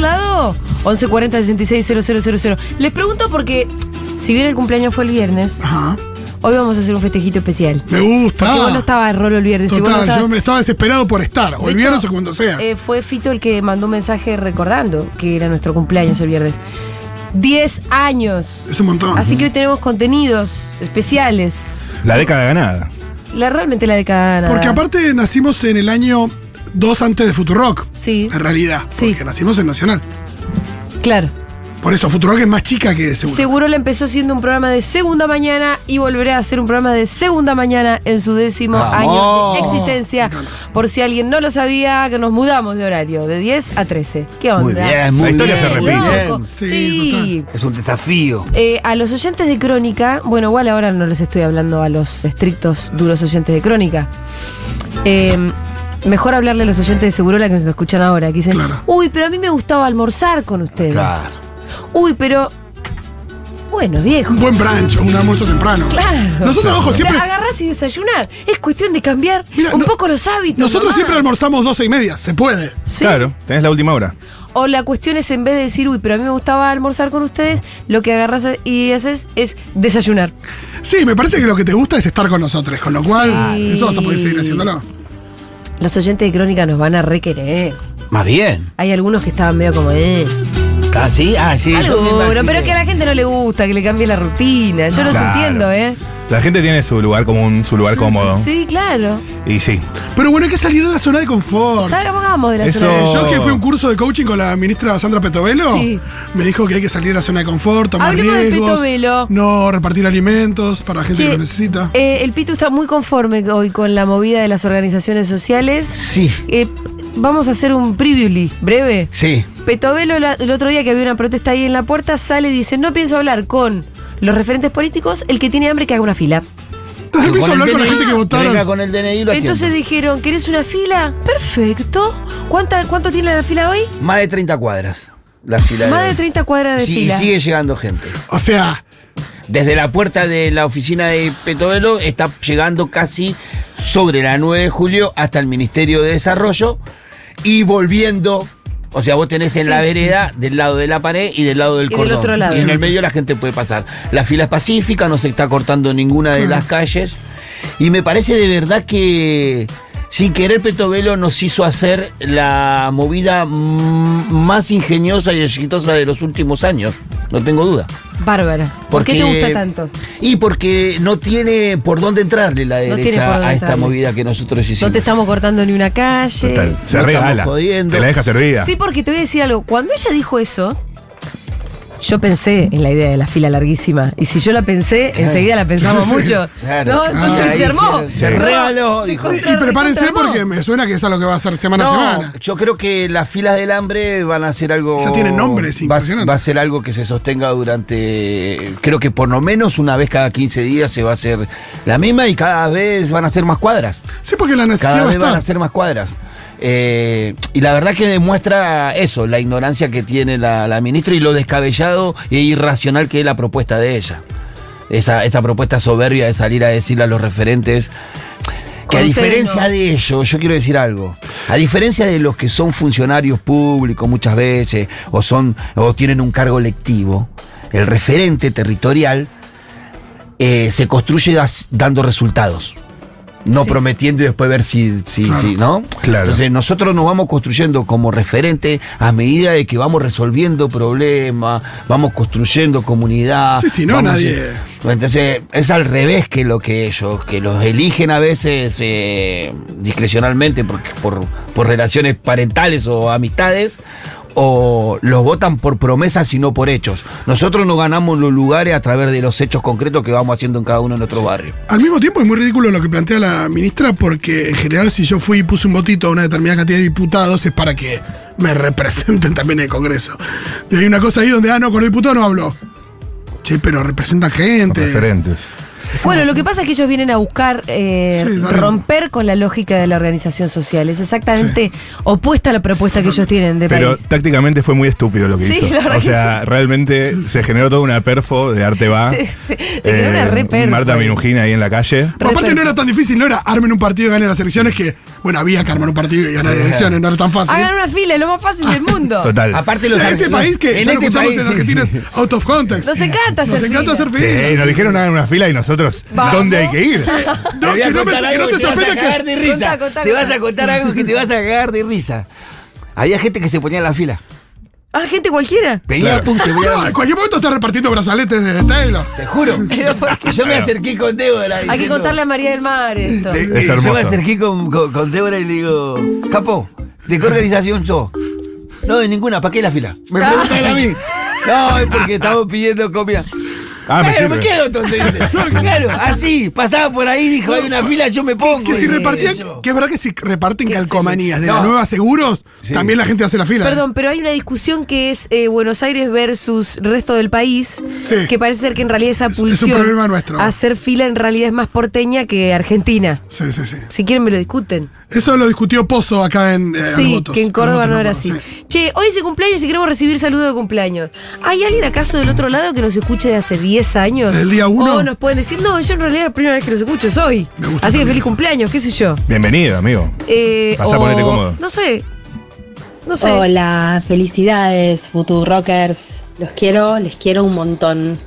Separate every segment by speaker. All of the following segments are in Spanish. Speaker 1: lado? 1140 000. Les pregunto porque, si bien el cumpleaños fue el viernes,
Speaker 2: Ajá.
Speaker 1: hoy vamos a hacer un festejito especial.
Speaker 2: Me gusta.
Speaker 1: Porque vos no estabas, Rolo, el viernes. y vos no
Speaker 2: Ah, Total,
Speaker 1: estabas-
Speaker 2: yo me estaba desesperado por estar, o
Speaker 1: De
Speaker 2: el
Speaker 1: hecho,
Speaker 2: viernes o cuando sea.
Speaker 1: eh, fue Fito el que mandó un mensaje recordando que era nuestro cumpleaños el viernes. 10 años.
Speaker 2: es un montón.
Speaker 1: Así que hoy tenemos contenidos especiales.
Speaker 3: La década ganada.
Speaker 1: La, realmente la década. ganada.
Speaker 2: Porque aparte nacimos en el año 2 antes de Futurock,
Speaker 1: Sí,
Speaker 2: en realidad.
Speaker 1: Sí.
Speaker 2: Porque nacimos en Nacional.
Speaker 1: claro.
Speaker 2: Por eso, Futurock es más chica que seguro.
Speaker 1: Seguro la empezó siendo un programa de segunda mañana y volverá a ser un programa de segunda mañana en su décimo año de existencia. Por si alguien no lo sabía, que nos mudamos de horario, de 10 a 13. ¿Qué onda?
Speaker 4: Muy bien, muy
Speaker 3: La historia
Speaker 4: bien.
Speaker 3: se repite. ¿eh?
Speaker 1: loco.
Speaker 4: Bien.
Speaker 2: Sí,
Speaker 1: Sí.
Speaker 4: Es un desafío.
Speaker 1: Eh, a los oyentes de Crónica, bueno, igual ahora no les estoy hablando a los estrictos, duros oyentes de Crónica. Eh, mejor hablarle a los oyentes de Segurola que nos escuchan ahora, que dicen,
Speaker 2: Claro.
Speaker 1: uy, pero a mí me gustaba almorzar con ustedes.
Speaker 4: Claro.
Speaker 1: Uy, pero... Bueno, viejo.
Speaker 2: Un buen brancho, un almuerzo temprano.
Speaker 1: Claro.
Speaker 2: Nosotros, ojo, siempre.
Speaker 1: Agarrás y desayunás. Es cuestión de cambiar
Speaker 2: Mira,
Speaker 1: un
Speaker 2: no-
Speaker 1: poco los hábitos.
Speaker 2: Nosotros
Speaker 1: mamá.
Speaker 2: siempre almorzamos 12 y media, se puede.
Speaker 1: Sí.
Speaker 3: Claro, tenés la última hora.
Speaker 1: O la cuestión es, en vez de decir, uy, pero a mí me gustaba almorzar con ustedes, lo que agarras y haces es desayunar.
Speaker 2: Sí, me parece que lo que te gusta es estar con nosotros, con lo cual,
Speaker 1: Sí.
Speaker 2: eso vas a poder seguir haciéndolo.
Speaker 1: Los oyentes de Crónica nos van a requerer.
Speaker 4: Más bien.
Speaker 1: Hay algunos que estaban medio como, eh.
Speaker 4: Ah, sí, ah, sí. eso me
Speaker 1: Alguno,
Speaker 4: imaginé.
Speaker 1: pero que a la gente no le gusta, que le cambie la rutina. Yo los
Speaker 3: Claro.
Speaker 1: entiendo, ¿eh?
Speaker 3: La gente tiene su lugar común, su lugar cómodo.
Speaker 1: Sí, claro.
Speaker 3: Y sí.
Speaker 2: Pero bueno, hay que salir de la zona de confort.
Speaker 1: Salgamos de la
Speaker 3: Eso-
Speaker 1: zona de
Speaker 2: Eh, Yo que fui a un curso de coaching con la ministra Sandra Petovelo,
Speaker 1: Sí.
Speaker 2: me dijo que hay que salir de la zona de confort, tomar
Speaker 1: Hablemos de
Speaker 2: riesgos,
Speaker 1: Petovelo.
Speaker 2: no repartir alimentos para gente
Speaker 1: Che,
Speaker 2: que lo necesita.
Speaker 1: eh, el Pitu está muy conforme hoy con la movida de las organizaciones sociales.
Speaker 4: Sí.
Speaker 1: Eh, vamos a hacer un previously breve.
Speaker 4: Sí.
Speaker 1: Petovelo la- el otro día que había una protesta ahí en la puerta sale y dice, no pienso hablar con los referentes políticos, el que tiene hambre que haga una fila.
Speaker 2: Entonces empiezo a hablar con la gente que
Speaker 4: Venga
Speaker 2: votaron.
Speaker 4: con el DNI lo
Speaker 1: Entonces
Speaker 4: atiendo.
Speaker 1: dijeron, ¿querés una fila? Perfecto. ¿Cuánta, ¿Cuánto tiene la fila hoy?
Speaker 4: Más de 30 cuadras. La fila
Speaker 1: Más de 30 cuadras de
Speaker 4: Sí,
Speaker 1: fila.
Speaker 4: Y sigue llegando gente.
Speaker 2: O sea,
Speaker 4: Desde la puerta de la oficina de Petovelo está llegando casi sobre la 9 de julio hasta el Ministerio de Desarrollo y volviendo. O sea, vos tenés en
Speaker 1: Sí,
Speaker 4: la
Speaker 1: sí.
Speaker 4: vereda del lado de la pared y del lado del
Speaker 1: Y del
Speaker 4: cordón.
Speaker 1: otro lado.
Speaker 4: Y en el medio la gente puede pasar. La fila es pacífica, no se está cortando ninguna de las calles. Y me parece de verdad que sin querer Petovelo nos hizo hacer la movida mm, más ingeniosa y exitosa de los últimos años. No tengo duda.
Speaker 1: Bárbara. ¿Por qué te
Speaker 4: Porque-
Speaker 1: gusta tanto?
Speaker 4: Y porque no tiene por dónde entrarle la
Speaker 1: No tiene
Speaker 4: derecha
Speaker 1: por dónde
Speaker 4: a esta
Speaker 1: entrarle.
Speaker 4: movida que nosotros hicimos.
Speaker 1: No te estamos cortando ni una calle.
Speaker 3: Total. Se
Speaker 4: No
Speaker 3: regala.
Speaker 4: estamos jodiendo.
Speaker 3: Te la deja servida.
Speaker 1: Sí, porque te voy a decir algo. Cuando ella dijo eso, yo pensé en la idea de la fila larguísima. Y si yo la pensé, enseguida la pensamos mucho.
Speaker 4: Claro.
Speaker 1: ¿No? Entonces
Speaker 4: Ah,
Speaker 1: se
Speaker 4: ahí
Speaker 1: armó.
Speaker 4: se- se
Speaker 1: No,
Speaker 4: regaló,
Speaker 1: se
Speaker 4: dijo.
Speaker 1: contra-
Speaker 2: y prepárense
Speaker 1: recontra
Speaker 2: porque
Speaker 1: armó.
Speaker 2: me suena que es a lo que va a ser semana a
Speaker 4: No,
Speaker 2: semana.
Speaker 4: yo creo que las filas del hambre van a ser algo.
Speaker 2: Ya tienen nombres,
Speaker 4: va,
Speaker 2: impresionante.
Speaker 4: va a ser algo que se sostenga durante. Creo que por lo menos una vez cada 15 días se va a hacer la misma y cada vez van a ser más cuadras.
Speaker 2: Sí, porque la
Speaker 4: Cada
Speaker 2: necesidad va a
Speaker 4: vez van a
Speaker 2: estar.
Speaker 4: ser más cuadras. Eh, y la verdad que demuestra eso, la ignorancia que tiene la, la ministra y lo descabellado e irracional que es la propuesta de ella. Esa, esa propuesta soberbia de salir a decirle a los referentes que a
Speaker 1: Con
Speaker 4: diferencia
Speaker 1: freno.
Speaker 4: de ellos, yo quiero decir algo, a diferencia de los que son funcionarios públicos muchas veces o, son, o tienen un cargo electivo, el referente territorial eh, se construye das- dando resultados. No
Speaker 1: Sí.
Speaker 4: prometiendo y después ver si, si, si, ¿no?
Speaker 3: Claro.
Speaker 4: Entonces nosotros nos vamos construyendo como referente a medida de que vamos resolviendo problemas, vamos construyendo comunidad.
Speaker 2: Sí, sí, no,
Speaker 4: Ah, vamos-
Speaker 2: nadie-
Speaker 4: Entonces es al revés que lo que ellos, que los eligen a veces eh, discrecionalmente por, por, por relaciones parentales o amistades, o los votan por promesas y no por hechos. Nosotros nos ganamos los lugares a través de los hechos concretos que vamos haciendo en cada uno de nuestros barrios.
Speaker 2: Al mismo tiempo es muy ridículo lo que plantea la ministra porque en general si yo fui y puse un votito a una determinada cantidad de diputados es para que me representen también en el Congreso. Y hay una cosa ahí donde, ah, no, con los diputados no hablo. Che, pero representan
Speaker 3: Con
Speaker 2: gente.
Speaker 3: referentes.
Speaker 1: Bueno, lo que pasa es que ellos vienen a buscar eh,
Speaker 2: Sí, dale.
Speaker 1: romper con la lógica de la organización social. Es exactamente opuesta a la propuesta que ellos tienen de
Speaker 3: Pero
Speaker 1: país.
Speaker 3: tácticamente fue muy estúpido lo que
Speaker 1: Sí,
Speaker 3: hizo.
Speaker 1: la verdad
Speaker 3: o sea, realmente se generó toda una perfo de arte va.
Speaker 1: Se- se- se creó una re perfo.
Speaker 3: Marta Minujín ahí en la calle.
Speaker 2: Aparte no era tan difícil, no era armen un partido y ganen las elecciones que Bueno, había que armar un partido y ganar elecciones, no era tan fácil.
Speaker 1: Hagan una fila, es lo más fácil del mundo.
Speaker 3: Total.
Speaker 4: Aparte los
Speaker 2: En este
Speaker 4: argentinos-
Speaker 2: país que ya
Speaker 4: en
Speaker 2: lo
Speaker 4: este
Speaker 2: escuchamos
Speaker 4: país,
Speaker 2: en
Speaker 4: sí.
Speaker 2: Argentina es out of context.
Speaker 1: Nos encanta hacer
Speaker 2: Nos encanta
Speaker 1: fila.
Speaker 2: hacer
Speaker 3: Sí,
Speaker 2: fila.
Speaker 3: nos dijeron hagan una fila y nosotros,
Speaker 1: Vamos.
Speaker 3: ¿dónde hay que ir?
Speaker 2: No,
Speaker 4: voy a
Speaker 2: que no, me-
Speaker 4: contar
Speaker 2: que no
Speaker 4: algo
Speaker 2: te
Speaker 4: vas a
Speaker 2: sorprenda
Speaker 4: cagar
Speaker 2: que.
Speaker 4: de risa.
Speaker 1: Contá, contá,
Speaker 4: te vas
Speaker 1: contá.
Speaker 4: a contar algo que te vas a cagar de risa. Había gente que se ponía en la fila.
Speaker 1: Ah, gente cualquiera.
Speaker 4: Pedía
Speaker 3: Claro.
Speaker 4: punto,
Speaker 2: No, en cualquier momento está repartiendo brazaletes de Taylor.
Speaker 4: te juro.
Speaker 1: Pero ¿por qué?
Speaker 4: Yo me acerqué con Débora.
Speaker 1: Hay que
Speaker 4: diciendo-
Speaker 1: contarle a María del Mar esto.
Speaker 4: Sí,
Speaker 3: Es
Speaker 4: eh, Yo me
Speaker 3: hermoso.
Speaker 4: acerqué con, con- con Débora y le digo, Capo, ¿de qué organización sos? No, de ninguna, ¿para qué la fila? Me
Speaker 1: Ah.
Speaker 4: preguntan a mí. No, es porque estamos pidiendo copia.
Speaker 3: Ah, me
Speaker 4: Claro, me,
Speaker 3: sirve.
Speaker 4: quedo entonces. dice. Claro, así, pasaba por ahí, dijo, hay una fila, yo me pongo.
Speaker 2: Que si
Speaker 4: Y-
Speaker 2: repartían,
Speaker 4: yo-
Speaker 2: que es verdad que si reparten
Speaker 1: Qué
Speaker 2: calcomanías de
Speaker 4: excelente.
Speaker 2: la
Speaker 4: No.
Speaker 2: nueva seguros, también la gente hace la fila. ¿eh?
Speaker 1: Perdón, pero hay una discusión que es eh, Buenos Aires versus resto del país,
Speaker 2: Sí.
Speaker 1: que parece ser que en realidad esa
Speaker 2: es un
Speaker 1: pulsión
Speaker 2: problema nuestro.
Speaker 1: a hacer fila en realidad es más porteña que argentina.
Speaker 2: Sí, sí, sí.
Speaker 1: Si quieren me lo discuten.
Speaker 2: Eso lo discutió Pozo acá en eh, a los
Speaker 1: sí,
Speaker 2: votos.
Speaker 1: que en Córdoba
Speaker 2: A los votos
Speaker 1: no era
Speaker 2: me
Speaker 1: así.
Speaker 2: acuerdo, sí.
Speaker 1: Che, hoy es el cumpleaños y queremos recibir saludos de cumpleaños. ¿Hay alguien acaso del otro lado que nos escuche de hace 10 años?
Speaker 2: ¿Del día uno?
Speaker 1: O nos pueden decir, no, yo en realidad la primera vez que los escucho es hoy.
Speaker 2: Me gusta
Speaker 1: Así que
Speaker 2: también
Speaker 1: feliz
Speaker 2: eso.
Speaker 1: cumpleaños, qué sé yo.
Speaker 3: Bienvenido, amigo.
Speaker 1: Eh,
Speaker 3: Pasá,
Speaker 1: o-
Speaker 3: ponete cómodo.
Speaker 1: No sé. No sé.
Speaker 5: Hola, felicidades, Futurockers. Los quiero, les quiero un montón.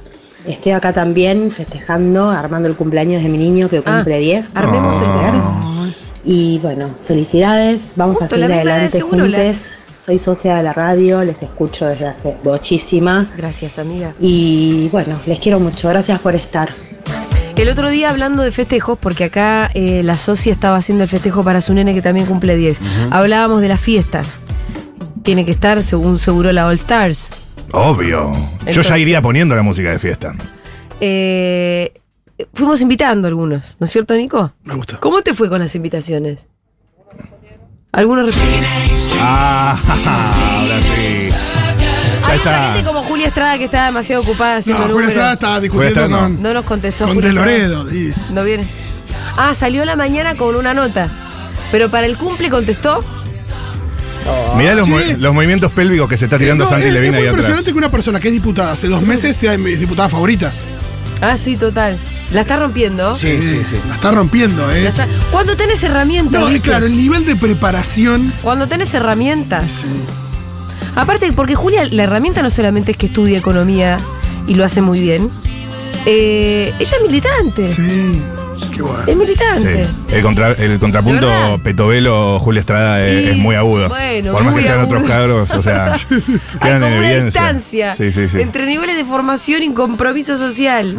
Speaker 5: Estoy acá también festejando, armando el cumpleaños de mi niño que
Speaker 1: Ah,
Speaker 5: cumple 10.
Speaker 1: Armemos
Speaker 2: Ah.
Speaker 1: el
Speaker 5: Y bueno, felicidades, vamos
Speaker 1: Justo
Speaker 5: a seguir
Speaker 1: la misma edad,
Speaker 5: adelante
Speaker 1: seguro, la-
Speaker 5: juntos. Soy socia de la radio, les escucho desde hace muchísima.
Speaker 1: Gracias, amiga.
Speaker 5: Y bueno, les quiero mucho, gracias por estar.
Speaker 1: El otro día hablando de festejos, porque acá eh, la socia estaba haciendo el festejo para su nene que también cumple 10. Hablábamos de la fiesta. Tiene que estar, según seguro la All Stars.
Speaker 3: Obvio. Yo ya
Speaker 1: Entonces-
Speaker 3: iría poniendo la música de fiesta.
Speaker 1: Eh, fuimos invitando algunos, ¿no es cierto, Nico?
Speaker 2: Me gusta.
Speaker 1: ¿Cómo te fue con las invitaciones? Algunos
Speaker 3: Ah, ahora sí. Ya
Speaker 1: Hay gente
Speaker 3: está.
Speaker 1: como Julia Estrada que está demasiado ocupada haciendo
Speaker 2: No, Julia
Speaker 1: números.
Speaker 2: Ah, Estrada estaba discutiendo
Speaker 3: Julia Estrada
Speaker 2: con,
Speaker 1: No nos contestó.
Speaker 2: con
Speaker 1: Julia
Speaker 2: De
Speaker 1: Estrada.
Speaker 2: Loredo. y-
Speaker 1: No viene. Ah, salió a la mañana con una nota. Pero para el cumple contestó.
Speaker 3: Mirá los,
Speaker 2: Sí.
Speaker 3: mo- los movimientos pélvicos que se está tirando
Speaker 2: No,
Speaker 3: Santi
Speaker 2: es, es
Speaker 3: Levina
Speaker 2: muy
Speaker 3: ahí atrás.
Speaker 2: impresionante que una persona que es diputada hace dos meses sea de mis diputadas favoritas.
Speaker 1: Ah, sí, total. La está rompiendo.
Speaker 4: Sí, sí, sí.
Speaker 2: Eh, La está rompiendo, ¿eh?
Speaker 1: La está- Cuando tenés herramientas,
Speaker 2: No, y
Speaker 1: ¿viste?
Speaker 2: claro, el nivel de preparación.
Speaker 1: Cuando tenés herramientas.
Speaker 2: es, eh,
Speaker 1: Aparte, porque Julia, la herramienta no solamente es que estudia economía y lo hace muy bien. Eh, ella es militante.
Speaker 2: Sí. Qué
Speaker 1: Es
Speaker 2: bueno.
Speaker 1: militante.
Speaker 3: Sí. El, contra- el
Speaker 1: ¿De verdad?
Speaker 3: contrapunto Petovelo-Julia Estrada eh, es,
Speaker 1: Y-
Speaker 3: es muy agudo.
Speaker 1: bueno,
Speaker 3: Por más
Speaker 1: muy
Speaker 3: que sean
Speaker 1: agudo.
Speaker 3: otros cabros, o sea,
Speaker 1: Hay
Speaker 3: quedan
Speaker 1: como
Speaker 3: en
Speaker 1: una
Speaker 3: evidencia.
Speaker 1: distancia
Speaker 3: Sí, sí, sí.
Speaker 1: entre niveles de formación y compromiso social.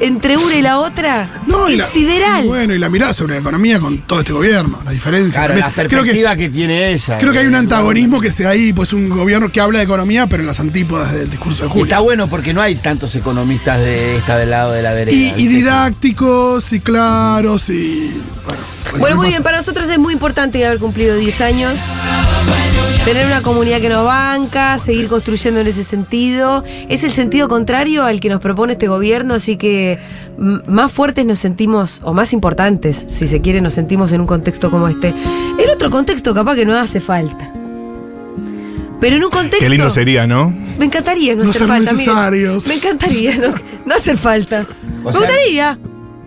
Speaker 1: Entre una y la otra.
Speaker 2: No, y
Speaker 1: es
Speaker 2: la-
Speaker 1: sideral.
Speaker 2: y bueno, y la mirada sobre la economía con todo este gobierno, la diferencia.
Speaker 4: Claro,
Speaker 2: también.
Speaker 4: la
Speaker 2: creo, que,
Speaker 4: perspectiva que, tiene ella. eh,
Speaker 2: creo que hay un antagonismo que se da ahí, pues un gobierno que habla de economía, pero en las antípodas del discurso de
Speaker 4: Y Está
Speaker 2: Julia.
Speaker 4: bueno porque no hay tantos economistas de esta del lado de la vereda.
Speaker 2: Y, y
Speaker 4: ¿viste?
Speaker 2: didácticos y claros y. Bueno,
Speaker 1: Bueno, muy
Speaker 2: pasa.
Speaker 1: bien, para nosotros es muy importante haber cumplido 10 años, tener una comunidad que nos banca, seguir construyendo en ese sentido. Es el sentido contrario al que nos propone este gobierno, así que m- más fuertes nos sentimos, o más importantes, si se quiere, nos sentimos en un contexto como este. En otro contexto capaz que no hace falta. Pero en un contexto...
Speaker 3: Qué lindo sería, ¿no?
Speaker 1: Me encantaría no,
Speaker 2: No
Speaker 1: hacer
Speaker 2: ser
Speaker 1: falta. miren.
Speaker 2: necesarios.
Speaker 1: me encantaría no, no hacer falta. me
Speaker 4: sea,
Speaker 1: gustaría.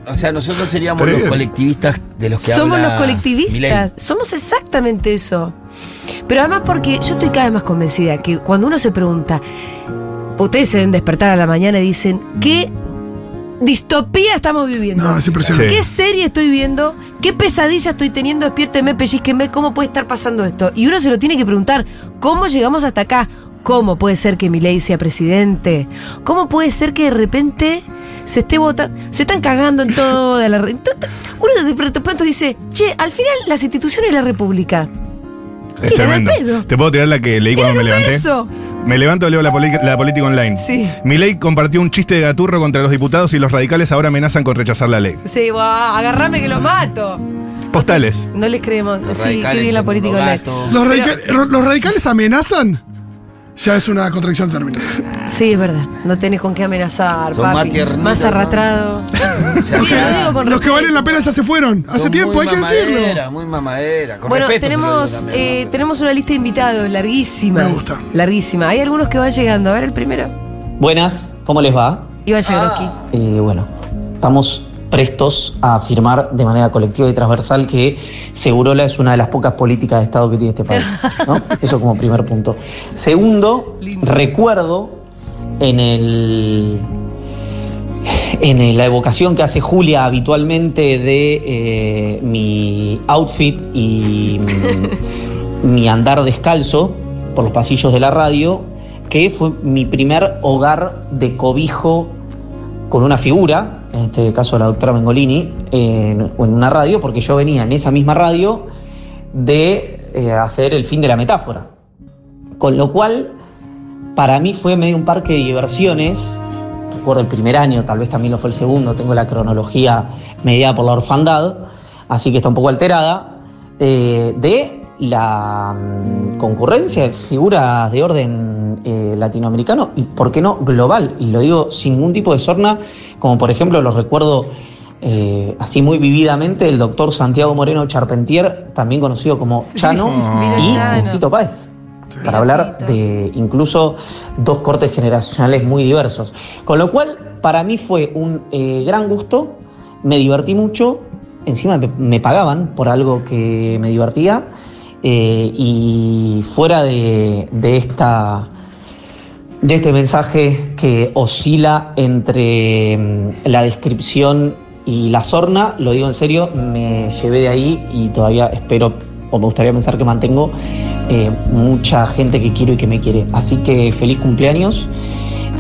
Speaker 4: O sea, nosotros seríamos
Speaker 3: Está
Speaker 4: los
Speaker 3: bien.
Speaker 4: colectivistas de los que
Speaker 1: Somos
Speaker 4: habla
Speaker 1: los colectivistas.
Speaker 4: Milei.
Speaker 1: Somos exactamente eso. Pero además porque yo estoy cada vez más convencida que cuando uno se pregunta, ustedes se deben despertar a la mañana y dicen, ¿qué distopía estamos viviendo?
Speaker 2: No, es impresionante.
Speaker 1: ¿Qué serie estoy viendo? ¿Qué pesadilla estoy teniendo? Despiérteme, pellizqueme, ¿cómo puede estar pasando esto? Y uno se lo tiene que preguntar, ¿cómo llegamos hasta acá? ¿Cómo puede ser que Milei sea presidente? ¿Cómo puede ser que de repente se esté votando? Se están cagando en toda la... re- en to- Uno de pr- de pronto dice, che, al final las instituciones de la República.
Speaker 3: Es
Speaker 1: Mira,
Speaker 3: tremendo.
Speaker 1: al pedo.
Speaker 3: ¿Te puedo tirar la que leí cuando
Speaker 1: ¡Eran
Speaker 3: me
Speaker 1: un
Speaker 3: levanté?
Speaker 1: verso!
Speaker 3: Me levanto, leo la, poli- la política online.
Speaker 1: Sí.
Speaker 3: Milei compartió un chiste de gaturro contra los diputados y los radicales ahora amenazan con rechazar la ley.
Speaker 1: Sí, guau, agarrame que lo mato.
Speaker 3: Postales.
Speaker 1: No les creemos.
Speaker 4: Los
Speaker 1: sí, que
Speaker 4: radicales
Speaker 1: bien la
Speaker 4: son
Speaker 1: política.
Speaker 4: unos
Speaker 1: online.
Speaker 4: gatos.
Speaker 2: ¿Los, radica- ro- ¿Los radicales amenazan? Ya es una contradicción término.
Speaker 1: Sí, es verdad. No tenés con qué amenazar,
Speaker 4: Son más
Speaker 1: papi.
Speaker 4: tiernitos,
Speaker 1: Más
Speaker 4: ¿no?
Speaker 1: arrastrado. Sí,
Speaker 4: Ya está.
Speaker 1: lo digo con
Speaker 2: Los que
Speaker 1: respeto.
Speaker 2: valen la pena ya se fueron. Hace
Speaker 4: Son
Speaker 2: tiempo,
Speaker 4: muy
Speaker 2: hay que decirlo.
Speaker 4: mamadera, Muy mamadera. Con
Speaker 1: Bueno,
Speaker 4: respeto se lo digo
Speaker 1: tenemos,
Speaker 4: también,
Speaker 1: eh,
Speaker 4: ¿no?
Speaker 1: tenemos una lista de invitados larguísima.
Speaker 2: Me gusta.
Speaker 1: Larguísima. Hay algunos que van llegando. A ver el primero.
Speaker 6: Buenas, ¿cómo les va?
Speaker 2: Ah,
Speaker 1: Iván Yagroski.
Speaker 6: Eh, bueno, estamos prestos a afirmar de manera colectiva y transversal que Segurola es una de las pocas políticas de Estado que tiene este país. ¿no? Eso como primer punto. Segundo,
Speaker 1: Lindo.
Speaker 6: recuerdo en el en el- la evocación que hace Julia habitualmente de eh, mi outfit y mm, mi andar descalzo por los pasillos de la radio, que fue mi primer hogar de cobijo con una figura, en este caso la doctora Mengolini, en, en una radio, porque yo venía en esa misma radio de eh, hacer el fin de la metáfora. Con lo cual, para mí fue medio un parque de diversiones. Recuerdo el primer año, tal vez también lo fue el segundo, tengo la cronología mediada por la orfandad, así que está un poco alterada, eh, de la mm, concurrencia de figuras de orden eh, latinoamericano y, ¿por qué no, global? Y lo digo sin ningún tipo de sorna, como por ejemplo lo recuerdo eh, así muy vividamente el doctor Santiago Moreno Charpentier, también conocido como
Speaker 1: Sí,
Speaker 6: Chano,
Speaker 1: mira
Speaker 6: y
Speaker 1: Chano.
Speaker 6: Luisito Páez para hablar
Speaker 1: Perfecto.
Speaker 6: de incluso dos cortes generacionales muy diversos. Con lo cual, para mí fue un eh, gran gusto, me divertí mucho, encima me, me pagaban por algo que me divertía, eh, y fuera de, de esta... De este mensaje que oscila entre mm, la descripción y la sorna, lo digo en serio, me llevé de ahí y todavía espero, o me gustaría pensar que mantengo, eh, mucha gente que quiero y que me quiere. Así que feliz cumpleaños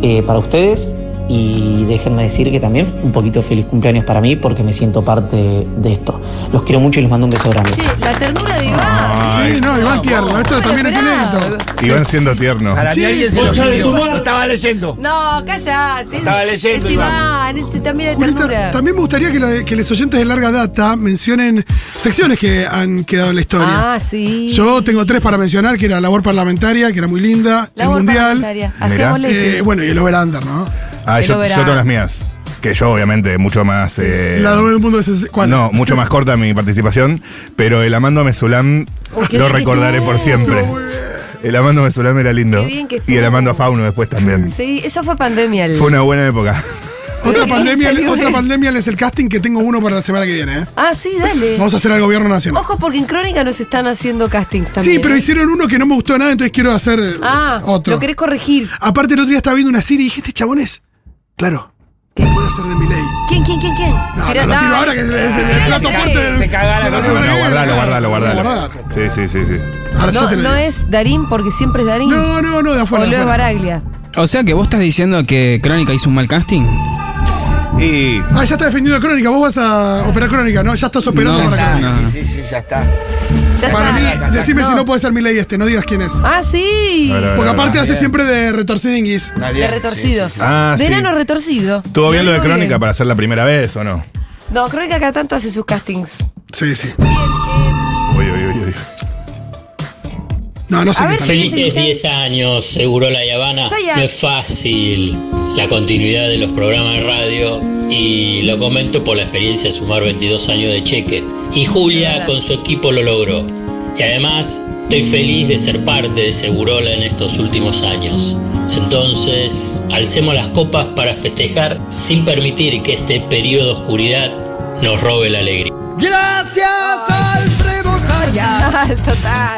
Speaker 6: eh, para ustedes y déjenme decir que también un poquito feliz cumpleaños para mí porque me siento parte de esto. Los quiero mucho y les mando un beso grande.
Speaker 1: Che, la ternura de
Speaker 2: Ah.
Speaker 1: Iván.
Speaker 3: Ay,
Speaker 2: Sí, no, Iván Tierno, esto
Speaker 1: Ah, Bueno,
Speaker 2: también es
Speaker 1: esperá.
Speaker 2: inédito.
Speaker 3: Iván siendo tierno.
Speaker 4: Para mí alguien se lo subió. Estaba leyendo.
Speaker 1: No, callate.
Speaker 4: Estaba leyendo,
Speaker 1: Es Iván, este también hay
Speaker 2: Julita,
Speaker 1: ternura.
Speaker 2: también me gustaría que, la- que los oyentes de larga data mencionen secciones que han quedado en la historia.
Speaker 1: Ah, sí.
Speaker 2: Yo tengo tres para mencionar, que era labor parlamentaria, que era muy linda,
Speaker 1: Labor
Speaker 2: el mundial,
Speaker 1: parlamentaria. Hacemos
Speaker 3: Mirá.
Speaker 2: eh,
Speaker 1: leyes.
Speaker 2: bueno, y el overander, ¿no?
Speaker 3: Ah, yo,
Speaker 1: Pero verá.
Speaker 3: yo tengo las mías. Que yo, obviamente, mucho más. eh,
Speaker 2: la doble del mundo de ses- ¿cuál?
Speaker 3: No, mucho más corta mi participación, pero el Amando Mesulam
Speaker 1: Oh, qué
Speaker 3: lo
Speaker 1: bien que
Speaker 3: recordaré
Speaker 1: estuvo.
Speaker 3: por siempre.
Speaker 1: Estuvo muy
Speaker 3: El Amando Mesulam era lindo.
Speaker 1: Qué bien que
Speaker 3: y el
Speaker 1: estuvo.
Speaker 3: Amando a Fauno después también.
Speaker 1: Sí, eso fue pandemia. el-
Speaker 3: Fue una buena época.
Speaker 1: Pero
Speaker 2: Otra
Speaker 1: que
Speaker 2: pandemia,
Speaker 1: salió
Speaker 2: otra
Speaker 1: eso.
Speaker 2: pandemia es el casting que tengo uno para la semana que viene. ¿eh?
Speaker 1: Ah, sí, dale.
Speaker 2: Vamos a hacer al gobierno nacional.
Speaker 1: Ojo, porque en Crónica nos están haciendo castings también. ¿eh?
Speaker 2: Sí, pero hicieron uno que no me gustó nada, entonces quiero hacer eh,
Speaker 1: Ah,
Speaker 2: otro.
Speaker 1: lo querés corregir.
Speaker 2: Aparte, el otro día estaba viendo una serie y dije, este chabón es. Claro,
Speaker 1: ¿Qué?
Speaker 2: puede ser de mi ley.
Speaker 1: ¿Quién, quién, quién, quién?
Speaker 2: No,
Speaker 1: Tirá-
Speaker 2: no, lo tiro
Speaker 1: dale.
Speaker 2: ahora que es el- es el
Speaker 1: Tirá,
Speaker 2: plato
Speaker 1: tirá.
Speaker 2: fuerte del.
Speaker 4: Te cagá la
Speaker 2: de
Speaker 4: cosa.
Speaker 3: No,
Speaker 2: semana
Speaker 3: no,
Speaker 2: que viene.
Speaker 3: guardalo, guardalo, guardalo.
Speaker 2: Guardalo.
Speaker 3: Sí, sí, sí, sí.
Speaker 2: Ahora ya
Speaker 1: No,
Speaker 2: te lo
Speaker 1: no
Speaker 2: digo.
Speaker 1: es Darín porque siempre es Darín.
Speaker 2: No, no, no, de
Speaker 1: o
Speaker 2: afuera.
Speaker 1: Leo
Speaker 2: de
Speaker 1: es
Speaker 2: afuera.
Speaker 1: Baraglia.
Speaker 7: O sea que vos estás diciendo que Crónica hizo un mal casting.
Speaker 3: Y
Speaker 2: Ah, ya está defendiendo Crónica, vos vas a operar Crónica, ¿no? Ya estás operando
Speaker 7: No,
Speaker 2: para
Speaker 7: no.
Speaker 2: Crónica.
Speaker 4: Ah, Sí, sí, sí, ya está.
Speaker 1: Ya
Speaker 2: Para
Speaker 1: está.
Speaker 2: mí, decime
Speaker 1: No.
Speaker 2: si no puede ser mi ley este, no digas quién es.
Speaker 1: Ah, sí.
Speaker 3: A ver, a ver.
Speaker 2: Porque aparte hace
Speaker 4: bien.
Speaker 2: siempre de retorcidinguis.
Speaker 4: Está
Speaker 1: De
Speaker 4: bien,
Speaker 1: retorcido.
Speaker 4: sí, sí,
Speaker 3: Ah,
Speaker 1: de
Speaker 3: sí.
Speaker 1: enano retorcido.
Speaker 3: ¿Tuvo bien lo de
Speaker 1: digo
Speaker 3: Crónica
Speaker 1: bien.
Speaker 3: para hacer la primera vez o no?
Speaker 1: No, Crónica cada tanto hace sus castings.
Speaker 2: Sí, sí.
Speaker 3: Uy, uy, uy, uy.
Speaker 2: No, no sé
Speaker 1: A
Speaker 2: qué
Speaker 1: ver,
Speaker 2: tal.
Speaker 1: sí.
Speaker 8: Felices 10 años, seguro La Habana.
Speaker 1: Soy ya.
Speaker 8: No es fácil la continuidad de los programas de radio y lo comento por la experiencia de sumar 22 años de cheque. Y Julia con su equipo lo logró. Y además estoy feliz de ser parte de Segurola en estos últimos años. Entonces, alcemos las copas para festejar sin permitir que este periodo de oscuridad nos robe la alegría.
Speaker 9: Gracias Alfredo Sayas.
Speaker 1: Ah, total.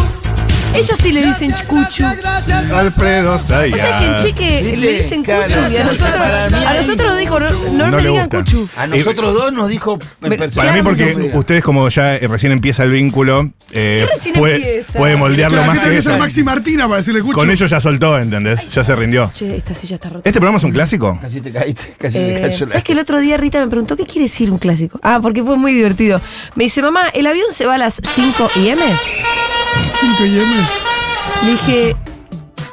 Speaker 1: Ellos sí le dicen cuchu.
Speaker 9: Gracias, gracias.
Speaker 3: Alfredo
Speaker 1: O sea que en
Speaker 3: Sayas.
Speaker 1: cheque le
Speaker 4: Viste,
Speaker 1: dicen
Speaker 4: claro,
Speaker 1: cuchu y a
Speaker 4: claro,
Speaker 1: nosotros,
Speaker 4: para mí
Speaker 1: a
Speaker 4: hay-
Speaker 1: nosotros dijo, no, no,
Speaker 3: No
Speaker 1: me
Speaker 3: le
Speaker 1: digan
Speaker 3: gusta.
Speaker 1: cuchu.
Speaker 4: A nosotros dos nos dijo en
Speaker 1: Pero-
Speaker 4: persona.
Speaker 3: Para mí,
Speaker 1: Claro,
Speaker 3: porque
Speaker 1: sí, sí.
Speaker 3: ustedes, como ya eh, recién empieza el vínculo, eh,
Speaker 1: ¿Qué recién
Speaker 3: puede,
Speaker 1: empieza?
Speaker 3: puede moldearlo
Speaker 2: Claro,
Speaker 3: más
Speaker 2: ¿qué tal
Speaker 3: que
Speaker 2: que
Speaker 3: eso.
Speaker 2: ser Maxi Martina para decirle cucho?
Speaker 3: Con ellos ya soltó, ¿entendés? Ya se rindió.
Speaker 1: Che, esta silla está rota.
Speaker 3: ¿Este programa es un clásico?
Speaker 4: Casi te caíste, casi
Speaker 1: Eh,
Speaker 4: te cayó la-
Speaker 1: ¿Sabes que el otro día Rita me preguntó qué quiere decir un clásico? Ah, porque fue muy divertido. Me dice, mamá, ¿el avión se va a las 5 m?
Speaker 2: 5 y M.
Speaker 1: Le dije,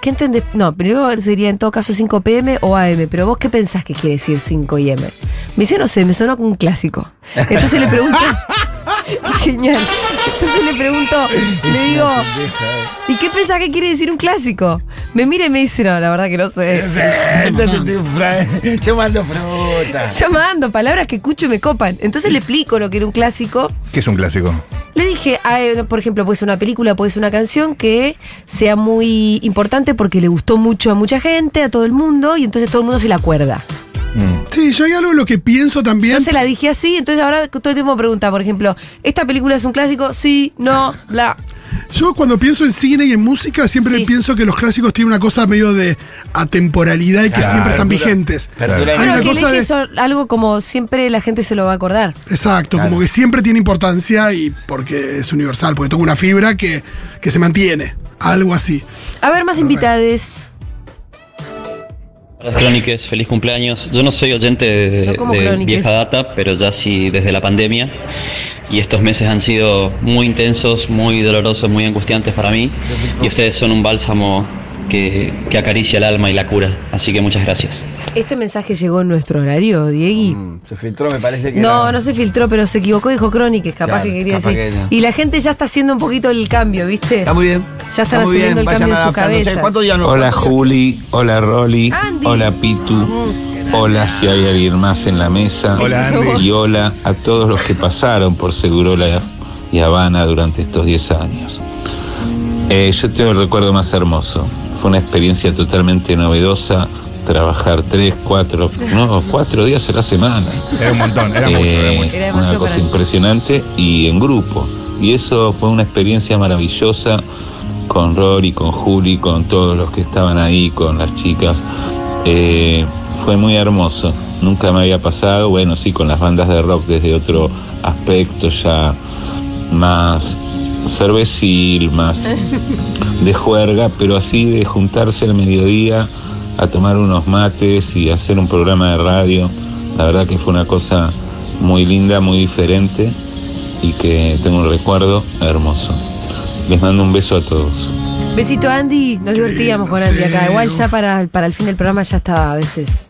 Speaker 1: ¿qué entendés? No, primero sería en todo caso 5 pm o am, pero vos qué pensás que quiere decir 5 y m? Me dice, no sé, me sonó como un clásico. Entonces le pregunto. Genial. Entonces le pregunto, le digo,
Speaker 4: eh.
Speaker 1: ¿y qué pensás que quiere decir un clásico? Me mira y me dice, no, la verdad que no sé.
Speaker 4: Entonces, te- fra- Yo mando fruta.
Speaker 1: Yo mando palabras que escucho y me copan. Entonces le explico lo que era un clásico.
Speaker 3: ¿Qué es un clásico?
Speaker 1: Le dije, ah, eh, por ejemplo, puede ser una película, puede ser una canción que sea muy importante porque le gustó mucho a mucha gente, a todo el mundo, y entonces todo el mundo se la acuerda.
Speaker 3: Mm.
Speaker 2: Sí, yo hay algo en lo que pienso también.
Speaker 1: Yo se la dije así, entonces ahora todo el tiempo pregunta, por ejemplo, ¿esta película es un clásico? Sí, no, bla.
Speaker 2: Yo cuando pienso en cine y en música siempre
Speaker 1: Sí.
Speaker 2: pienso que los clásicos tienen una cosa medio de atemporalidad y que
Speaker 4: Claro.
Speaker 2: siempre están
Speaker 4: Perdura-
Speaker 2: vigentes.
Speaker 4: perdura
Speaker 2: Hay
Speaker 4: en-
Speaker 2: una
Speaker 1: Pero que
Speaker 2: cosa
Speaker 1: elige
Speaker 2: de-
Speaker 1: eso, algo como siempre la gente se lo va a acordar.
Speaker 2: Exacto, como que siempre tiene importancia y porque es universal, porque toca una fibra que, que se mantiene, algo así.
Speaker 1: A ver, más invitades.
Speaker 10: Cróniques, feliz cumpleaños. Yo no soy oyente de,
Speaker 1: No como
Speaker 10: de
Speaker 1: Cróniques.
Speaker 10: vieja data, pero ya sí desde la pandemia. Y estos meses han sido muy intensos, muy dolorosos, muy angustiantes para mí. Y ustedes son un bálsamo que, que acaricia el alma y la cura. Así que muchas gracias.
Speaker 1: Este mensaje llegó en nuestro horario, Diegui.
Speaker 4: Mm, Se filtró, me parece que.
Speaker 1: No,
Speaker 4: era-
Speaker 1: no se filtró, pero se equivocó, dijo Cróniques, capaz
Speaker 4: Claro,
Speaker 1: que quería
Speaker 4: capaz
Speaker 1: decir.
Speaker 4: que no.
Speaker 1: Y la gente ya está haciendo un poquito el cambio, ¿viste?
Speaker 4: Está muy bien.
Speaker 1: Ya están
Speaker 4: Está muy
Speaker 1: asumiendo el
Speaker 4: vayan
Speaker 1: cambio en sus
Speaker 4: adaptándose.
Speaker 1: cabezas.
Speaker 4: ¿Cuántos días nos-
Speaker 11: Hola
Speaker 4: cuántos días-
Speaker 11: Juli, hola Rolly,
Speaker 1: Andy.
Speaker 11: hola Pitu,
Speaker 1: Vamos.
Speaker 11: hola si hay alguien más en la mesa
Speaker 3: Hola,
Speaker 1: Ese sos
Speaker 3: Andy.
Speaker 1: vos.
Speaker 11: y hola a todos los que pasaron por Segurola y Habana durante estos 10 años. Eh, yo tengo el recuerdo más hermoso, fue una experiencia totalmente novedosa, trabajar 3, 4, no, 4 días a la semana.
Speaker 3: Era un montón, era mucho, era
Speaker 11: Eh,
Speaker 3: mucho.
Speaker 1: Era
Speaker 11: una
Speaker 1: demasiado
Speaker 11: cosa
Speaker 1: para mí.
Speaker 11: impresionante y en grupo. Y eso fue una experiencia maravillosa con Rory, con Juli, con todos los que estaban ahí, con las chicas. Eh, fue muy hermoso. Nunca me había pasado, bueno, sí, con las bandas de rock desde otro aspecto ya más cervecil, más de juerga, pero así de juntarse al mediodía a tomar unos mates y hacer un programa de radio. La verdad que fue una cosa muy linda, muy diferente y que tengo un recuerdo hermoso. Les mando un beso a todos.
Speaker 1: Besito, Andy. Nos divertíamos con Andy acá.
Speaker 2: Sí,
Speaker 1: Igual
Speaker 2: uf.
Speaker 1: ya para, para el fin del programa ya estaba a veces.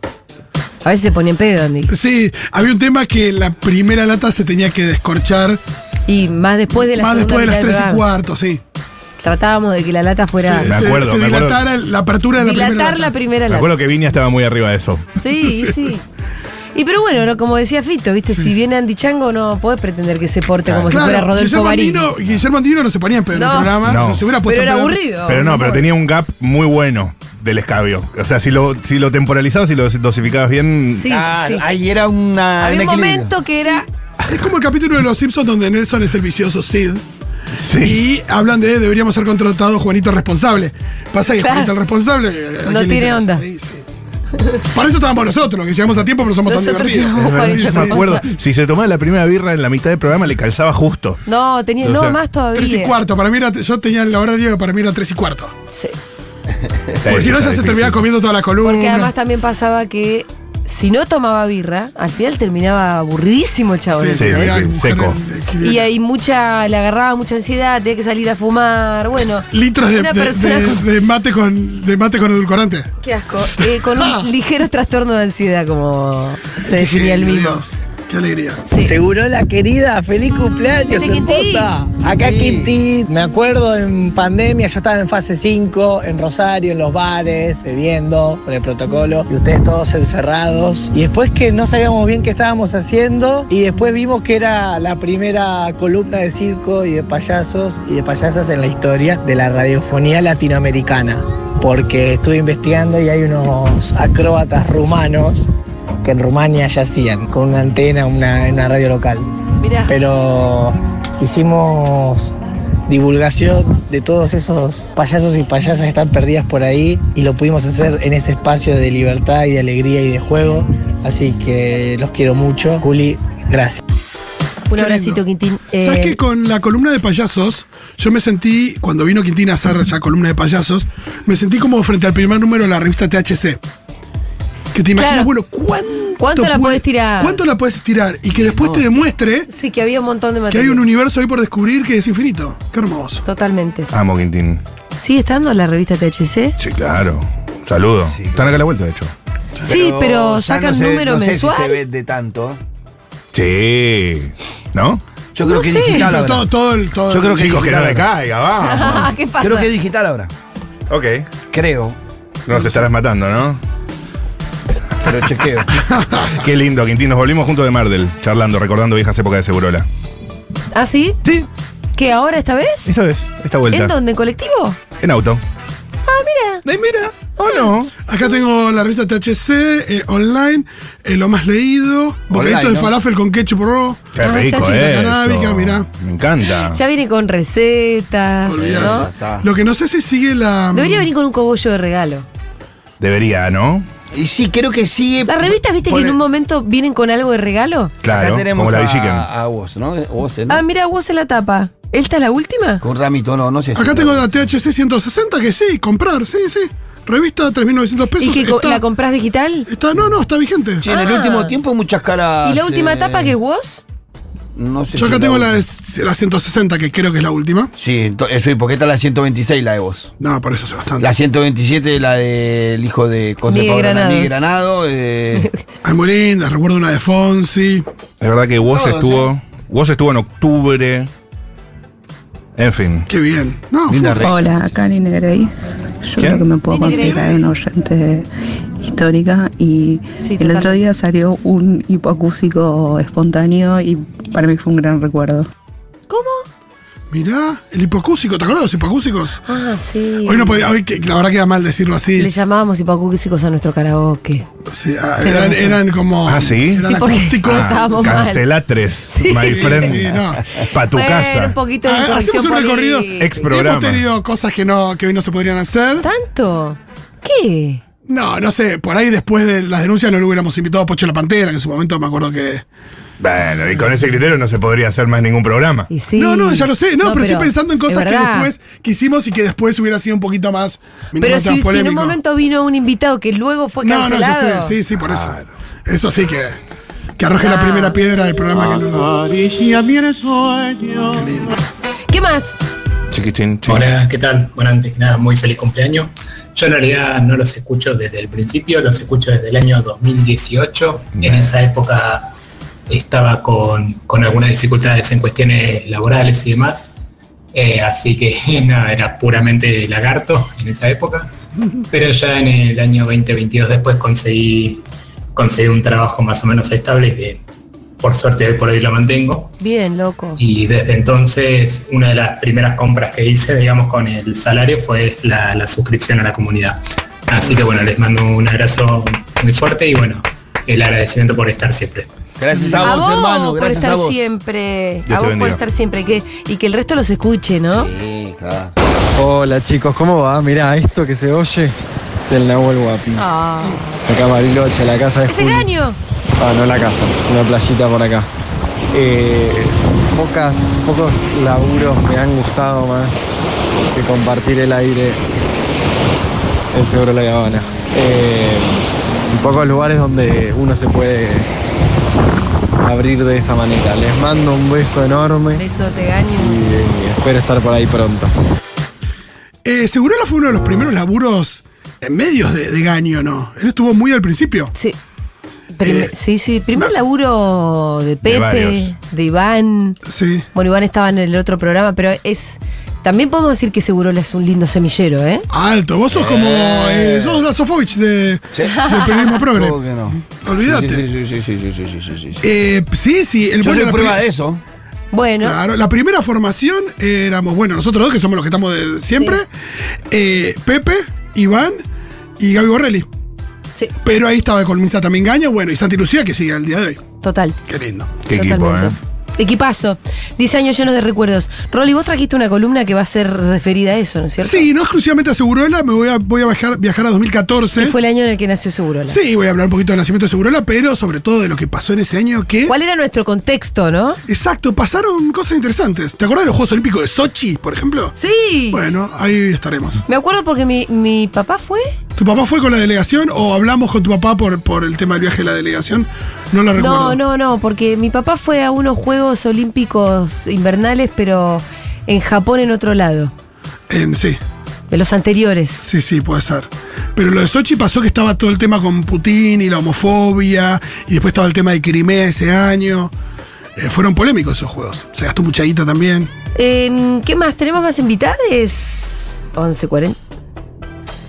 Speaker 1: A veces se ponía en pedo, Andy.
Speaker 2: Sí, había un tema que la primera lata se tenía que descorchar
Speaker 1: Y más después de la
Speaker 2: más
Speaker 1: segunda
Speaker 2: después de
Speaker 1: mitad
Speaker 2: las
Speaker 1: del
Speaker 2: 3 y
Speaker 1: programa.
Speaker 2: cuarto, sí.
Speaker 1: Tratábamos de que la lata fuera.
Speaker 2: Sí,
Speaker 3: Me acuerdo,
Speaker 2: se, se
Speaker 3: me acuerdo.
Speaker 2: dilatara la apertura de la primera
Speaker 1: dilatar
Speaker 2: lata.
Speaker 1: la primera
Speaker 3: Me
Speaker 1: lata.
Speaker 3: acuerdo que Viña estaba muy arriba de eso.
Speaker 1: Sí, sí. Y pero bueno, no, como decía Fito, viste, si viene Andy Chango no podés pretender que se porte como si fuera Rodolfo
Speaker 2: Guillermo
Speaker 1: Barini.
Speaker 2: Andino, Guillermo Andino no se ponía en pedo en el
Speaker 1: No.
Speaker 2: programa, no.
Speaker 3: No.
Speaker 2: se hubiera puesto
Speaker 1: Pero era
Speaker 2: en pedo.
Speaker 1: aburrido.
Speaker 3: Pero no, pero tenía un gap muy bueno del escabio. O sea, si lo, si lo temporalizabas y lo dosificabas bien.
Speaker 1: Sí,
Speaker 4: Ah,
Speaker 1: sí.
Speaker 4: Ahí era una.
Speaker 1: Había un
Speaker 4: equilibrio.
Speaker 1: momento que era.
Speaker 2: Es como el capítulo de Los Simpsons donde Nelson es el vicioso Sid.
Speaker 3: Sí.
Speaker 2: Y hablan de deberíamos ser contratados Juanito el responsable. Pasa que
Speaker 1: Claro.
Speaker 2: Juanito el responsable. eh, ¿a
Speaker 1: No
Speaker 2: quién
Speaker 1: tiene
Speaker 2: le interesa?
Speaker 1: onda.
Speaker 2: Sí, sí. Para eso estábamos nosotros, que llegamos a tiempo, pero somos tan
Speaker 1: Nosotros
Speaker 2: divertidos.
Speaker 1: somos Juanito
Speaker 3: Yo
Speaker 1: el
Speaker 3: me acuerdo,
Speaker 1: responsable.
Speaker 3: si se tomaba la primera birra en la mitad del programa, le calzaba justo.
Speaker 1: No, tenía.
Speaker 3: O
Speaker 1: No,
Speaker 3: sea,
Speaker 1: más todavía.
Speaker 2: Tres y cuarto, para mí era, yo tenía el horario que para mí era tres y cuarto.
Speaker 1: Sí.
Speaker 2: Porque si no, ya se terminaba comiendo toda la columna.
Speaker 1: Porque además también pasaba que si no tomaba birra, al final terminaba aburridísimo el chabón.
Speaker 2: Sí, sí,
Speaker 3: Sí,
Speaker 1: ¿entendés?
Speaker 2: había
Speaker 3: sí,
Speaker 2: que buscar
Speaker 3: seco.
Speaker 2: el-
Speaker 1: Y ahí mucha, le agarraba mucha ansiedad, tenía que salir a fumar, bueno.
Speaker 2: Litros de,
Speaker 1: Una
Speaker 2: de-
Speaker 1: persona
Speaker 2: de-
Speaker 1: con-
Speaker 2: de mate con, de mate con edulcorante.
Speaker 1: Qué asco. Eh, con un ligero trastorno de ansiedad, como se definía el
Speaker 2: Genio,
Speaker 1: mismo.
Speaker 2: Dios, Qué alegría.
Speaker 1: Sí.
Speaker 6: Seguro la querida, feliz cumpleaños,
Speaker 1: Dale, Quintín.
Speaker 6: esposa. Acá Quintín. Me acuerdo en pandemia, yo estaba en fase 5, en Rosario, en los bares, bebiendo, con el protocolo, y ustedes todos encerrados. Y después que no sabíamos bien qué estábamos haciendo, y después vimos que era la primera columna de circo y de payasos y de payasas en la historia de la radiofonía latinoamericana. Porque estuve investigando y hay unos acróbatas rumanos que en Rumania ya hacían, con una antena, una, en una radio local.
Speaker 1: Mirá,
Speaker 6: Pero hicimos divulgación de todos esos payasos y payasas que están perdidas por ahí y lo pudimos hacer en ese espacio de libertad y de alegría y de juego. Así que los quiero mucho. Juli, gracias.
Speaker 1: un
Speaker 2: Qué
Speaker 1: abracito,
Speaker 2: lindo.
Speaker 1: Quintín.
Speaker 2: ¿Sabes
Speaker 1: Eh,
Speaker 2: qué? Con la columna de payasos, yo me sentí, cuando vino Quintín a hacer ya columna de payasos, me sentí como frente al primer número de la revista THC. Que te
Speaker 1: Claro.
Speaker 2: imaginas, bueno, ¿cuánto,
Speaker 1: ¿Cuánto la podés tirar?
Speaker 2: ¿Cuánto la puedes tirar? Y que después te demuestre
Speaker 1: Sí, que había un montón de
Speaker 2: que
Speaker 1: material.
Speaker 2: hay un universo ahí por descubrir que es infinito. Qué hermoso.
Speaker 1: Totalmente.
Speaker 3: Amo Quintín.
Speaker 1: ¿Sigue estando la revista THC?
Speaker 3: Sí, claro. Saludo. Están acá a la vuelta, de hecho.
Speaker 1: Sí, pero
Speaker 4: ya
Speaker 1: sacan
Speaker 4: no se-
Speaker 1: número
Speaker 4: no sé si
Speaker 1: mensual.
Speaker 4: se vende tanto.
Speaker 3: Sí. ¿no?
Speaker 4: Yo creo
Speaker 1: No
Speaker 4: que
Speaker 1: sé.
Speaker 4: es digital
Speaker 2: Pero
Speaker 4: ahora.
Speaker 2: todo, todo el- todo
Speaker 4: Yo
Speaker 2: el-
Speaker 4: creo que
Speaker 3: Chicos, que no
Speaker 4: digital
Speaker 3: le
Speaker 4: ahora.
Speaker 3: caiga, vamos.
Speaker 1: ¿Qué pasa?
Speaker 4: Creo que es digital ahora.
Speaker 3: ok.
Speaker 4: Creo.
Speaker 3: No nos estarás matando, ¿no?
Speaker 4: Pero chequeo.
Speaker 3: Qué lindo, Quintín. Nos volvimos juntos de Mardel, charlando, recordando viejas épocas de Segurola.
Speaker 1: ¿Ah, sí?
Speaker 3: Sí,
Speaker 1: ¿Qué ahora esta vez?
Speaker 3: esta vez, esta
Speaker 1: ¿En
Speaker 3: vuelta.
Speaker 1: dónde? ¿En colectivo?
Speaker 3: En auto.
Speaker 1: Ah, mira.
Speaker 3: Ay, mira. ¿O no?
Speaker 2: Acá tengo la revista THC, eh, online, eh, lo más leído, bocadito
Speaker 3: Online,
Speaker 2: de
Speaker 3: ¿no?
Speaker 2: falafel con ketchup raw.
Speaker 3: Qué
Speaker 1: Ah, ya
Speaker 3: rico
Speaker 1: está.
Speaker 3: eso.
Speaker 2: Canábica, mirá.
Speaker 3: Me encanta.
Speaker 1: Ya viene con recetas,
Speaker 2: Olvidate.
Speaker 1: ¿no?
Speaker 2: Lo que no sé si sigue la. mm,
Speaker 1: Debería venir con un cogollo de regalo.
Speaker 3: Debería, ¿no?
Speaker 4: Y sí, creo que sigue.
Speaker 1: Las revistas, ¿viste que
Speaker 4: Pone-
Speaker 1: en un momento vienen con algo de regalo?
Speaker 3: Claro,
Speaker 4: Acá tenemos
Speaker 3: como la
Speaker 4: a-
Speaker 3: Villiquen.
Speaker 4: a, vos, ¿no? Vos, ¿no?
Speaker 1: Ah, mira, vos en la tapa. ¿Esta es la última?
Speaker 4: Con ramito, no, no sé si.
Speaker 2: Acá tengo la THC 160, que sí, comprar, sí, sí. Revista 3.900 pesos.
Speaker 1: ¿Y que co-
Speaker 2: está-
Speaker 1: la compras digital?
Speaker 2: está- no, no, está vigente.
Speaker 4: Sí, en el
Speaker 1: Ah.
Speaker 4: último tiempo hay muchas caras.
Speaker 1: ¿Y
Speaker 2: Ah,
Speaker 1: la última
Speaker 4: eh,
Speaker 1: etapa que es vos?
Speaker 4: No sé
Speaker 2: Yo
Speaker 4: si
Speaker 2: acá tengo la,
Speaker 4: última.
Speaker 2: de- la 160, que creo que es la última.
Speaker 4: Sí, ento- eso, y porque está la 126, la de vos.
Speaker 2: No, por eso hace bastante.
Speaker 4: La 127, la del hijo de José
Speaker 1: Miguel
Speaker 4: Pablo
Speaker 1: Granados.
Speaker 4: Hernández Granado. eh,
Speaker 2: Hay muy lindas, recuerdo una de Fonsi.
Speaker 3: Es verdad que Woz
Speaker 4: Todo,
Speaker 3: estuvo. Woz estuvo en octubre. En fin.
Speaker 2: Qué bien. No,
Speaker 4: linda
Speaker 2: fue-
Speaker 4: re-
Speaker 12: Hola, acá Nini Grey. Yo
Speaker 3: ¿Quién?
Speaker 12: creo que me puedo
Speaker 1: Nini Grey.
Speaker 12: considerar una oyente histórica y
Speaker 1: Sí,
Speaker 12: el
Speaker 1: total.
Speaker 12: otro día salió un hipocúsico espontáneo y para mí fue un gran recuerdo.
Speaker 1: ¿Cómo?
Speaker 2: mirá, el hipocúsico. ¿Te acuerdas de los hipocúsicos?
Speaker 1: Ah, sí.
Speaker 2: Hoy no podría, hoy que, la verdad queda mal decirlo
Speaker 1: Le
Speaker 2: así.
Speaker 1: llamábamos hipocúsicos a nuestro karaoke.
Speaker 2: Sí, ah,
Speaker 1: Pero
Speaker 2: eran,
Speaker 1: no sé.
Speaker 2: eran como.
Speaker 3: Ah, ¿sí?
Speaker 2: Eran
Speaker 1: Sí, porque-
Speaker 2: acústicos.
Speaker 1: Ah, Estábamos mal.
Speaker 3: cancela tres, my friend.
Speaker 2: sí, no.
Speaker 3: Pa' tu
Speaker 1: Bueno,
Speaker 3: casa.
Speaker 1: un poquito de
Speaker 2: Ah, hacemos
Speaker 1: incorrección
Speaker 2: un recorrido.
Speaker 1: política.
Speaker 3: Ex- programa.
Speaker 2: Hemos tenido cosas que, no, que hoy no se podrían hacer.
Speaker 1: ¿Tanto? ¿Qué?
Speaker 2: No, no sé, por ahí después de las denuncias no lo hubiéramos invitado a Pocho la Pantera, que en su momento me acuerdo que.
Speaker 3: Bueno, y con ese criterio no se podría hacer más ningún programa.
Speaker 1: Y sí.
Speaker 2: No, no, ya lo sé, no, pero, estoy pensando en
Speaker 1: es
Speaker 2: cosas que
Speaker 1: verdad.
Speaker 2: después que hicimos y que después hubiera sido un poquito más.
Speaker 1: Pero
Speaker 2: mínimo,
Speaker 1: si,
Speaker 2: más
Speaker 1: si en un
Speaker 2: polémico.
Speaker 1: momento vino un invitado que luego fue
Speaker 2: No, no, ya
Speaker 1: cancelado.
Speaker 2: sé, sí, sí, por eso. Eso sí que. Que arroje la
Speaker 1: Ah.
Speaker 2: primera piedra del programa que no lo. Qué lindo.
Speaker 1: ¿Qué más?
Speaker 3: Chiquitín, chiquitín.
Speaker 13: Hola, ¿qué tal? Bueno, antes que nada, muy feliz cumpleaños. Yo en realidad no los escucho desde el principio, los escucho desde el año 2018. En esa época estaba con, con algunas dificultades en cuestiones laborales y demás. Eh, así que nada, era puramente lagarto en esa época. Pero ya en el año 2022 después conseguí, conseguí un trabajo más o menos estable que por suerte hoy por hoy lo mantengo.
Speaker 1: Bien, loco.
Speaker 13: Y desde entonces, una de las primeras compras que hice, digamos, con el salario fue la, la suscripción a la comunidad. Así que bueno, les mando un abrazo muy fuerte y bueno, el agradecimiento por estar siempre.
Speaker 4: Gracias a, vos, hermano.
Speaker 1: por
Speaker 4: Gracias
Speaker 1: estar
Speaker 4: a vos.
Speaker 1: siempre.
Speaker 3: te
Speaker 1: a vos por
Speaker 3: bendiga.
Speaker 1: estar siempre. Que, y que el resto los escuche, ¿no?
Speaker 4: Sí, claro.
Speaker 9: Hola chicos, ¿cómo va? Mirá, esto que se oye es el Nahuel Guapi.
Speaker 1: Ah.
Speaker 9: Acá Bariloche, la casa de
Speaker 1: ¡Ese
Speaker 9: Juli.
Speaker 1: gaño!
Speaker 9: Ah, no la casa, una playita por acá. Eh, pocas, pocos laburos me han gustado más que compartir el aire en Seguro La Habana. Eh, en pocos lugares donde uno se puede abrir de esa manera. Les mando un beso enorme
Speaker 1: Beso, te
Speaker 9: y
Speaker 1: gaño.
Speaker 9: eh, espero estar por ahí pronto.
Speaker 2: Eh, Segurola fue uno de los primeros laburos en medios de, de Gaño, ¿no? Él estuvo muy al principio.
Speaker 1: Sí. Prim-
Speaker 2: Eh,
Speaker 1: sí, sí. Primer laburo de
Speaker 3: varios.
Speaker 1: Pepe, de Iván.
Speaker 2: Sí.
Speaker 1: Bueno, Iván estaba en el otro programa, pero es. También podemos decir que Segurola es un lindo semillero, ¿eh?
Speaker 2: Alto, vos sos como. eh, sos la Sofovich de,
Speaker 4: Sí.
Speaker 2: del periodismo progre.
Speaker 4: ¿Cómo que no?
Speaker 2: Olvídate.
Speaker 4: Sí, sí, sí, sí, sí, sí, sí, sí, sí.
Speaker 2: Eh, sí, sí, el
Speaker 4: Yo
Speaker 2: bueno,
Speaker 4: soy
Speaker 2: la
Speaker 4: prueba
Speaker 2: pri-
Speaker 4: de eso.
Speaker 1: Bueno.
Speaker 2: Claro, la primera formación éramos, bueno, nosotros dos, que somos los que estamos de siempre, eh, Pepe, Iván y Gaby Borrelli.
Speaker 1: Sí,
Speaker 2: Pero ahí estaba el columnista también Gaño, bueno, y Santi Lucía, que sigue al día de hoy.
Speaker 1: total.
Speaker 2: Qué lindo.
Speaker 3: Qué equipo, ¿eh?
Speaker 1: totalmente. Equipazo. 10 años llenos de recuerdos. Rolly, vos trajiste una columna que va a ser referida a eso, ¿no es cierto?
Speaker 2: Sí, no exclusivamente a Segurola, me voy a, voy a viajar, viajar a 2014.
Speaker 1: Que fue el año en el que nació Segurola.
Speaker 2: Sí, voy a hablar un poquito del nacimiento de Segurola, pero sobre todo de lo que pasó en ese año que...
Speaker 1: ¿Cuál era nuestro contexto, no?
Speaker 2: Exacto, pasaron cosas interesantes. ¿Te acuerdas de los Juegos Olímpicos de Sochi, por ejemplo?
Speaker 1: Sí.
Speaker 2: Bueno, ahí estaremos.
Speaker 1: Me acuerdo porque mi, mi papá fue.
Speaker 2: ¿Tu papá fue con la delegación o hablamos con tu papá por, por el tema del viaje de la delegación? No lo
Speaker 1: No,
Speaker 2: recuerdo.
Speaker 1: no, no, porque mi papá fue a unos Juegos Olímpicos invernales, pero en Japón, en otro lado,
Speaker 2: En- sí,
Speaker 1: de los anteriores.
Speaker 2: sí, sí, puede ser. Pero lo de Sochi pasó que estaba todo el tema con Putin y la homofobia, y después estaba el tema de Crimea ese año. Eh, fueron polémicos esos juegos. Se gastó mucha guita también.
Speaker 1: Eh, ¿Qué más? ¿Tenemos más invitades? 11.40.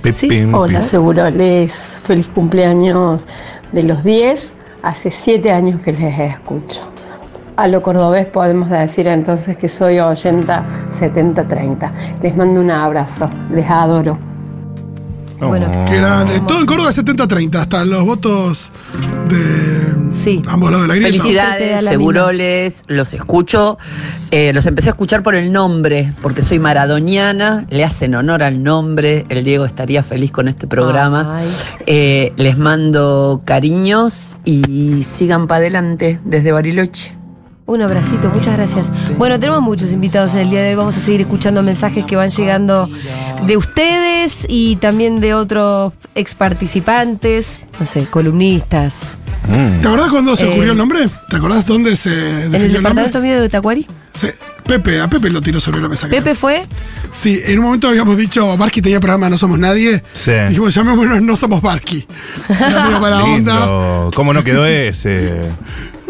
Speaker 3: Pim,
Speaker 1: Sí.
Speaker 3: pim,
Speaker 12: Hola,
Speaker 3: pim.
Speaker 12: Seguroles. Feliz cumpleaños de los 10. Hace 7 años que les escucho. A lo cordobés podemos decir entonces que soy 80, 70, 30. Les mando un abrazo. Les adoro.
Speaker 3: Oh,
Speaker 1: Bueno.
Speaker 2: Qué
Speaker 1: Ah.
Speaker 2: grande. Todo en Córdoba es 70-30, hasta los votos de ambos lados de la grilla.
Speaker 14: Felicidades, seguroles, los escucho. Eh, los empecé a escuchar por el nombre, porque soy maradoniana, le hacen honor al nombre. El Diego estaría feliz con este
Speaker 1: Ah.
Speaker 14: programa. Eh, les mando cariños y sigan para adelante desde Bariloche.
Speaker 1: Un abracito, muchas gracias. Bueno, tenemos muchos invitados en el día de hoy. Vamos a seguir escuchando mensajes que van llegando de ustedes y también de otros ex participantes, no sé, columnistas.
Speaker 2: ¿Te acordás cuando se
Speaker 1: Eh,
Speaker 2: ocurrió el nombre? ¿Te acordás dónde se
Speaker 1: En el
Speaker 2: definió el nombre?
Speaker 1: departamento mío de Tacuari,
Speaker 2: Sí, Pepe, a Pepe lo tiró sobre la mesa. creo.
Speaker 1: Pepe fue
Speaker 2: Sí, en un momento habíamos dicho, Barky tenía programa No Somos Nadie.
Speaker 3: Sí.
Speaker 2: Dijimos, llamémonos No Somos Barky. Un amigo para onda.
Speaker 3: Lindo. ¿Cómo no quedó ese?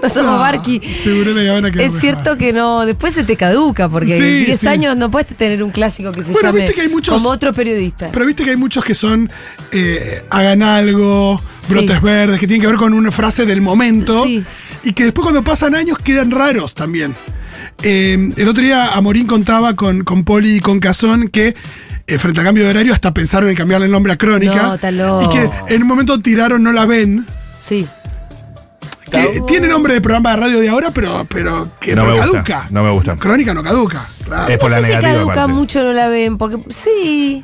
Speaker 1: No somos
Speaker 2: Ah,
Speaker 1: Barqui.
Speaker 2: Seguro le van a quedar
Speaker 1: Es
Speaker 2: mejor.
Speaker 1: cierto que no, después se te caduca, porque
Speaker 2: Sí,
Speaker 1: en 10
Speaker 2: sí.
Speaker 1: años no puedes tener un clásico que se
Speaker 2: Bueno,
Speaker 1: llame
Speaker 2: viste que hay muchos-
Speaker 1: como otro periodista.
Speaker 2: Pero viste que hay muchos que son eh, hagan algo, brotes verdes, que tienen que ver con una frase del momento. Y que después cuando pasan años quedan raros también. Eh, el otro día Amorín contaba con, con Poli y con Cazón que eh, frente al cambio de horario hasta pensaron en cambiarle el nombre a Crónica.
Speaker 1: No, está loco.
Speaker 2: Y que en un momento tiraron No la ven.
Speaker 1: Sí.
Speaker 2: Que tiene nombre de programa de radio de ahora, pero, pero que
Speaker 3: no
Speaker 2: no
Speaker 3: me
Speaker 2: caduca.
Speaker 3: gusta. No me gusta. Eh.
Speaker 2: Crónica no caduca. claro.
Speaker 3: Es por
Speaker 1: no
Speaker 3: la
Speaker 1: sé si
Speaker 3: negativa.
Speaker 1: caduca
Speaker 3: aparte.
Speaker 1: mucho, no la ven, porque sí.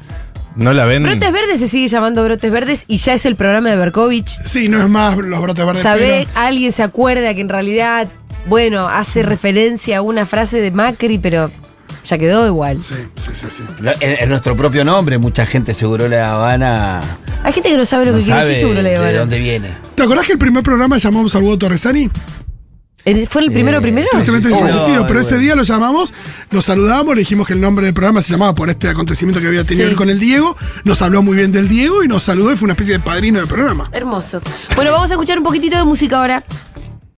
Speaker 3: No la
Speaker 2: Mm.
Speaker 3: ven.
Speaker 1: Brotes Verdes se sigue llamando Brotes Verdes y ya es el programa de Berkovich.
Speaker 2: Sí, no es más los brotes verdes.
Speaker 1: ¿Sabe?
Speaker 2: pero-
Speaker 1: Alguien se acuerda que en realidad, bueno, hace
Speaker 4: Mm.
Speaker 1: referencia a una frase de Macri, pero ya quedó igual.
Speaker 2: Sí, sí, sí.
Speaker 4: Lo- en, en nuestro propio nombre, mucha gente seguro la Habana
Speaker 1: Hay gente que no sabe lo
Speaker 4: no
Speaker 1: que quiere
Speaker 4: sabe
Speaker 1: decir, seguro le
Speaker 4: de
Speaker 1: llevaron.
Speaker 4: dónde viene.
Speaker 2: ¿Te acordás que el primer programa llamamos al Hugo Torresani?
Speaker 1: ¿El- ¿Fue el primero primero?
Speaker 2: Tristemente
Speaker 1: Oh,
Speaker 2: fallecido,
Speaker 1: ay,
Speaker 2: pero ese
Speaker 1: bueno.
Speaker 2: día lo llamamos, lo saludamos, le dijimos que el nombre del programa se llamaba por este acontecimiento que había tenido
Speaker 1: Sí.
Speaker 2: él con el Diego, nos habló muy bien del Diego y nos saludó y fue una especie de padrino del programa.
Speaker 1: Hermoso. Bueno, vamos a escuchar un poquitito de música ahora.